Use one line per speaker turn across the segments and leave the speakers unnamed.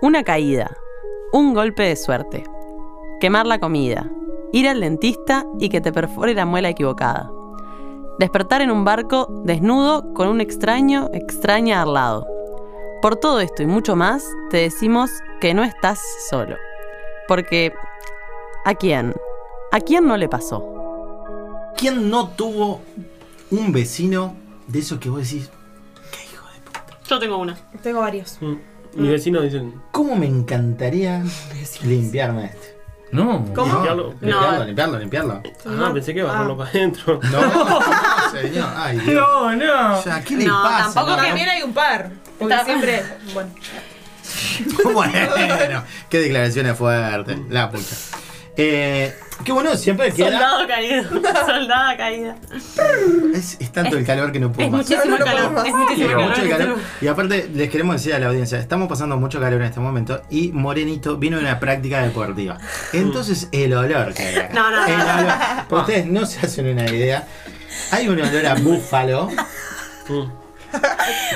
Una caída, un golpe de suerte, quemar la comida, ir al dentista y que te perfore la muela equivocada. Despertar en un barco desnudo con un extraño, extraña al lado. Por todo esto y mucho más, te decimos que no estás solo. Porque, ¿a quién? ¿A quién no le pasó?
¿Quién no tuvo un vecino de esos que vos decís,
Yo tengo una.
Tengo varios.
Mm. Mis vecinos dicen.
¿cómo me encantaría limpiarme este?
No.
¿Cómo?
Limpiarlo.
Limpiarlo, limpiarlo, limpiarlo.
Ah, pensé que bajarlo para adentro.
No, no, señor, ay Dios.
no.
Ya, ¿qué le
No,
pasa?
tampoco
no?
que
También hay un par. Porque
Está-
siempre. Bueno.
Bueno, qué declaraciones fuertes. La pucha. Eh, qué bueno, siempre queda.
Soldado caído. Soldada caída.
Es, es tanto el calor que no puedo
Es
más.
muchísimo
No, no
calor.
podemos
Es
más.
Sí,
muchísimo calor.
mucho calor. Y aparte, les queremos decir a la audiencia, estamos pasando mucho calor en este momento y Morenito vino de una práctica deportiva. Entonces, el olor que hay acá,
No, no, no,
el
no.
olor. Ustedes no se hacen una idea. Hay un olor a búfalo.
Mm.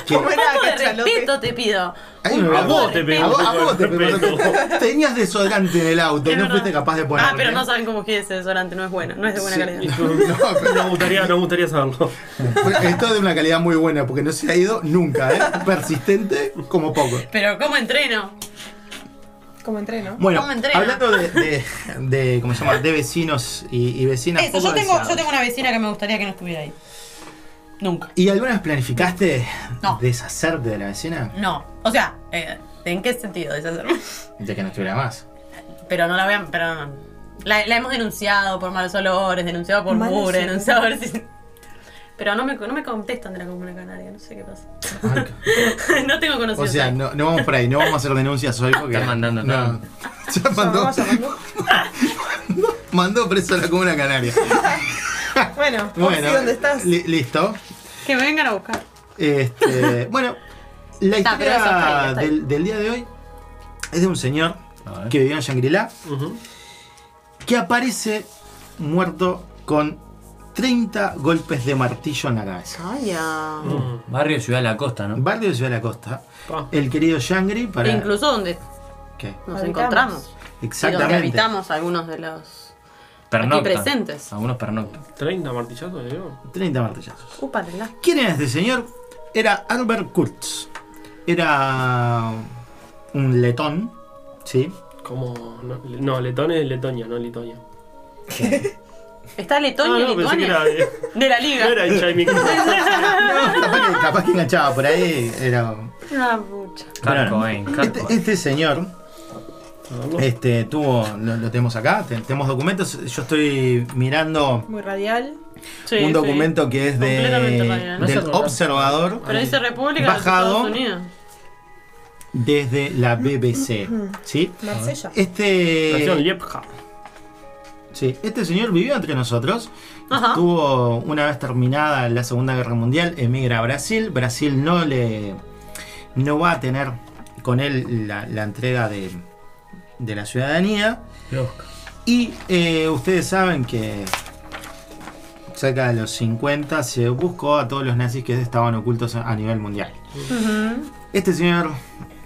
que-
¿Cómo era,
Un poco de
cachalote?
respeto te pido.
hay un olor
A vos te pegó,
A vos, a vos te
te pegó.
pegó. Tenías desodorante en el auto,
Es
no
verdad.
fuiste capaz de ponerlo. ¿eh?
Ah, pero no saben cómo quiere ese desodorante. No es bueno. No es de buena
Sí.
calidad.
No, pero-
Nos gustaría, nos gustaría saberlo.
Esto es de una calidad muy buena porque no se ha ido nunca, ¿eh? Persistente como poco.
Pero ¿cómo entreno?
Como entreno.
Bueno,
¿Cómo entrena?
hablando de, de, de, ¿cómo se llama? De vecinos y, y vecinas.
Eso,
poco
yo tengo, yo
deseados.
tengo una vecina que me gustaría que no estuviera ahí. Nunca.
¿Y alguna vez planificaste
No.
deshacerte de la vecina?
No. O sea, eh, ¿en qué sentido deshacerme?
De que no estuviera más.
Pero no la vean, pero no. La, la hemos denunciado por malos olores, denunciado por
Malos
mugre,
olores.
denunciado por... Pero no me, no me contestan de la Comuna Canaria, no sé qué pasa. no tengo
O
conocimiento.
sea, no, no vamos por ahí, no vamos a hacer denuncias hoy porque.
Están mandando,
no.
¿no?
Ya mandó,
Llamamos, llamamos.
mandó preso a la comuna canaria.
Bueno, bueno ¿dónde estás?
li- listo.
que me vengan a buscar.
Este, bueno, la
Está, pero
historia
eso está bien, está bien.
del, del día de hoy es de un señor
A ver.
que vivió en Shangri-La
Ujú.
que aparece muerto con 30 golpes de martillo en la cabeza.
Calla.
Mm.
Barrio Ciudad de la Costa, ¿no?
Barrio de Ciudad de la Costa.
Pa.
El querido Shangri para.
Incluso donde
¿Qué?
nos
Habitamos.
encontramos. Y donde
Exactamente.
habitamos algunos de los...
Pernocta.
presentes.
Algunos pernoctas.
30 martillazos, digo.
30 martillazos.
Úpatela.
¿Quién era este señor? Era Albert Kurtz. Era un letón, ¿sí?
Como. No, le- no, Letón es Letonia, no Litonia.
Está
Ah,
Letonia y
no, pensé que
Lituania.
era. eh,
De la liga.
No era hincha de mi club.
capaz, que, capaz que enganchaba por ahí. Era.
Una Ah, pucha.
Pero
Carco,
no.
eh.
Este,
Carco.
este señor este, tuvo. Lo, lo tenemos acá, te- tenemos documentos. Yo estoy mirando
Muy radial.
Sí,
un
sí.
documento que es de,
Completamente radial.
No se
del
acordaba.
observador
Pero dice República
Bajado.
de los Estados Unidos.
desde la BBC. ¿sí?
Marsella.
Nació en
Este,
Liepja.
sí, este señor vivió entre nosotros.
Ajá.
Estuvo, una vez terminada la Segunda Guerra Mundial, emigra a Brasil. Brasil no le. no va a tener con él la, la entrega de, de la ciudadanía. Y eh, ustedes saben que cerca de los 50 se buscó a todos los nazis que estaban ocultos a a nivel mundial. Este señor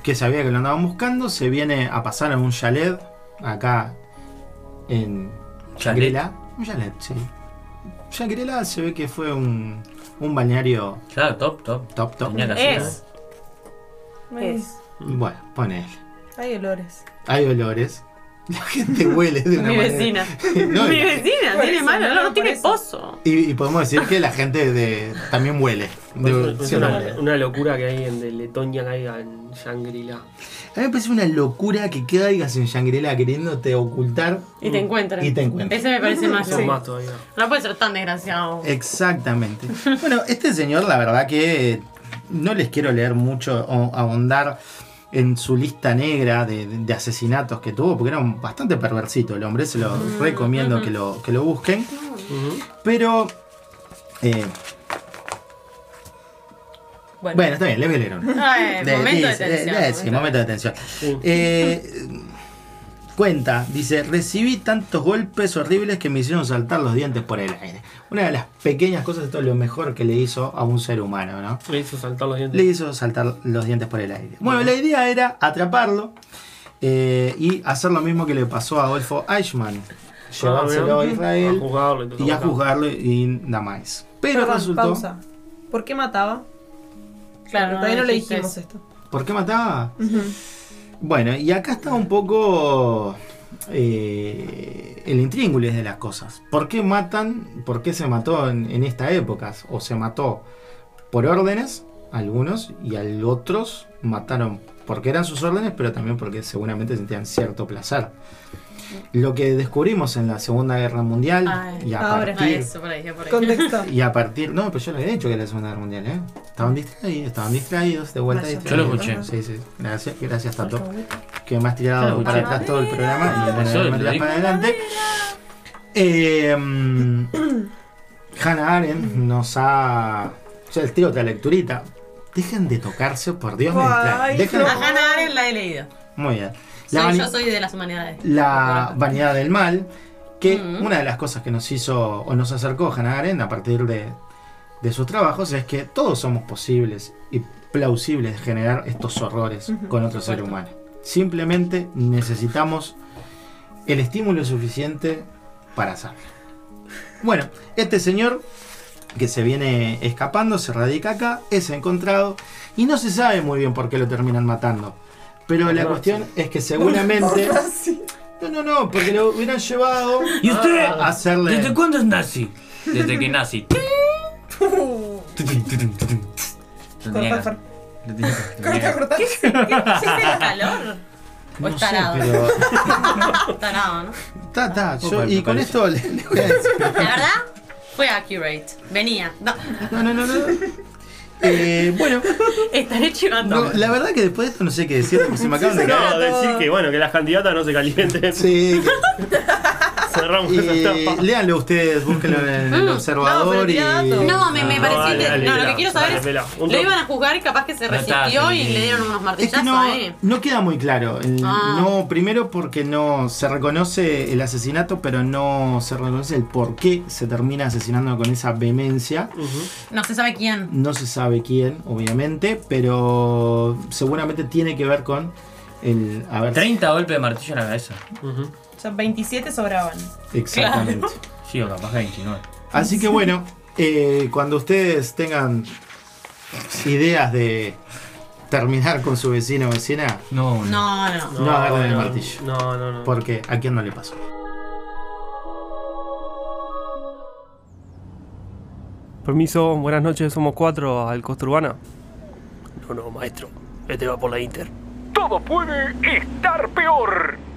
que sabía que lo andaban buscando se viene a pasar a un chalet acá en
Chalet.
Shangri-La. Un chalet, sí. Shangri-La se ve que fue un, un balneario
Claro, top, top.
top top.
Tenía la
Es.
ciudad.
Es.
Bueno, ponele.
Hay olores.
Hay olores. La gente huele de una
Mi
manera-
vecina.
No,
Mi
y-
vecina
Por
tiene
eso,
mano,
no,
no,
por
tiene
eso.
pozo.
Y, y podemos decir que la gente de, también huele. De-
Es
sí, no
una,
huele.
una locura que hay en de Letonia caiga en Shangri-La.
A mí me parece una locura que caigas en Shangri-La queriéndote ocultar.
Y te encuentran.
Y te encuentran. Eh,
Ese me parece más.
Son más todavía.
No puede ser tan desgraciado.
Exactamente. Bueno, este señor, la verdad que no les quiero leer mucho o ahondar en su lista negra de, de asesinatos que tuvo, porque era un bastante perversito el hombre, se lo recomiendo que lo, que lo busquen.
Ujú.
Pero. eh,
Bueno.
bueno, está bien, le voy a leer uno.
Ay,
De-
momento de
dice-
tensión.
eh, sí, momento de tensión.
Sí.
Eh, Cuenta, dice, recibí tantos golpes horribles que me hicieron saltar los dientes por el aire. Una de las pequeñas cosas, esto es lo mejor que le hizo a un ser humano, ¿no?
Le hizo saltar los
Le
dientes.
hizo saltar los dientes por el aire. Bueno, la idea era atraparlo eh, y hacer lo mismo que le pasó a Adolfo Eichmann. Llevárselo
Ah,
a
bien.
Israel
A juzgarlo y todo
y a
acá.
juzgarlo y nada más. Pero
Perdón,
resultó...
pausa. ¿Por qué mataba?
Claro,
Todavía no le
Ah, dijiste
dijimos
eso.
esto.
¿Por qué mataba? Bueno, y acá está un poco eh, el intríngulis de las cosas. ¿Por qué matan? ¿Por qué se mató en, en esta época? O se mató por órdenes, algunos, y al otros mataron porque eran sus órdenes, pero también porque seguramente sentían cierto placer. Lo que descubrimos en la Segunda Guerra Mundial
Ay,
y a
ahora,
Ah,
partir
eso, por ahí, por ahí.
Contexto.
y a partir. No, pero yo lo he dicho que era la Segunda Guerra Mundial, ¿eh? Estaban distraídos, estaban distraídos, de vuelta
Vaya.
distraídos.
Yo lo
Sí,
escuché.
sí. Gracias, gracias, Tato.
Pero
Que me has tirado
Yo lo
para
escuché.
atrás todo el programa y
Madera.
ahora me
Yo lo
tiras
digo.
para adelante. Eh, mm, Hannah Arendt nos ha. Ya el tiro otra lecturita. Dejen de tocarse, por Dios. me distraen.
Ay,
Dejen de-
no.
A Hannah Arendt la he leído.
Muy bien. La
Soy,
mani-
yo soy de las humanidades.
la vanidad del mal, que
Mm.
una de las cosas que nos hizo o nos acercó Hannah Arendt a partir de, de sus trabajos es que todos somos posibles y plausibles de generar estos horrores
Ujú,
con otro ser
supuesto.
humano. Simplemente necesitamos el estímulo suficiente para hacerlo. Bueno, este señor que se viene escapando, se radica acá, es encontrado y no se sabe muy bien por qué lo terminan matando. Pero la
Por
cuestión es que seguramente... No, no, no, porque lo hubieran llevado
¿Y usted?
a hacerle.
Ah, ¿Desde cuándo es nazi? Desde que nazi. Lo tenía que-
Corta,
lo tenía que- lo
corta,
tenía que-
corta.
¿Qué es el calor? O
No
es
sé,
tarado.
pero.
Tarado, ¿no?
Ta, ta, yo-
Opa,
y
me
con
parece.
esto le, le voy a decir.
La verdad, fue accurate. Venía. No,
No, no, no, no. Eh, bueno,
estaré chivando.
no, la verdad que después de esto no sé qué decir, porque se me acaban de caer.
No, decir que bueno, que las candidatas no se calienten.
Sí,
Cerramos
que-
esa
eh,
etapa.
léanlo ustedes, búsquenlo en el
Mm,
no,
observador
pero
y.
tira datos.
No, me,
Ah,
me
No,
pareció.
dale,
inte-
dale,
no, lo
pelá,
que quiero saber
dale,
es.
pelá. Un
lo
toque.
iban a juzgar y capaz que se
No está,
resistió
sí.
y le dieron unos
Es que
martillazos,
no,
¿eh?
no queda muy claro. El-
Ah.
No, primero porque no se reconoce el asesinato, pero no se reconoce el por qué se termina asesinando con esa vehemencia.
Ujú.
No se sabe quién.
No se sabe quién, obviamente, pero seguramente tiene que ver con el haber.
30 golpes de martillo en la cabeza.
Ujú.
O sea, 27 sobraban.
Exactamente.
Sí, o capaz que 29.
Así que bueno, eh, cuando ustedes tengan ideas de terminar con su vecino o vecina,
No,
No, no.
No agarren el martillo.
No, no, no.
porque a quién no le pasó.
Permiso, buenas noches, somos cuatro al Costa Urbana. No, no, maestro, este va por la Inter.
Todo puede estar peor.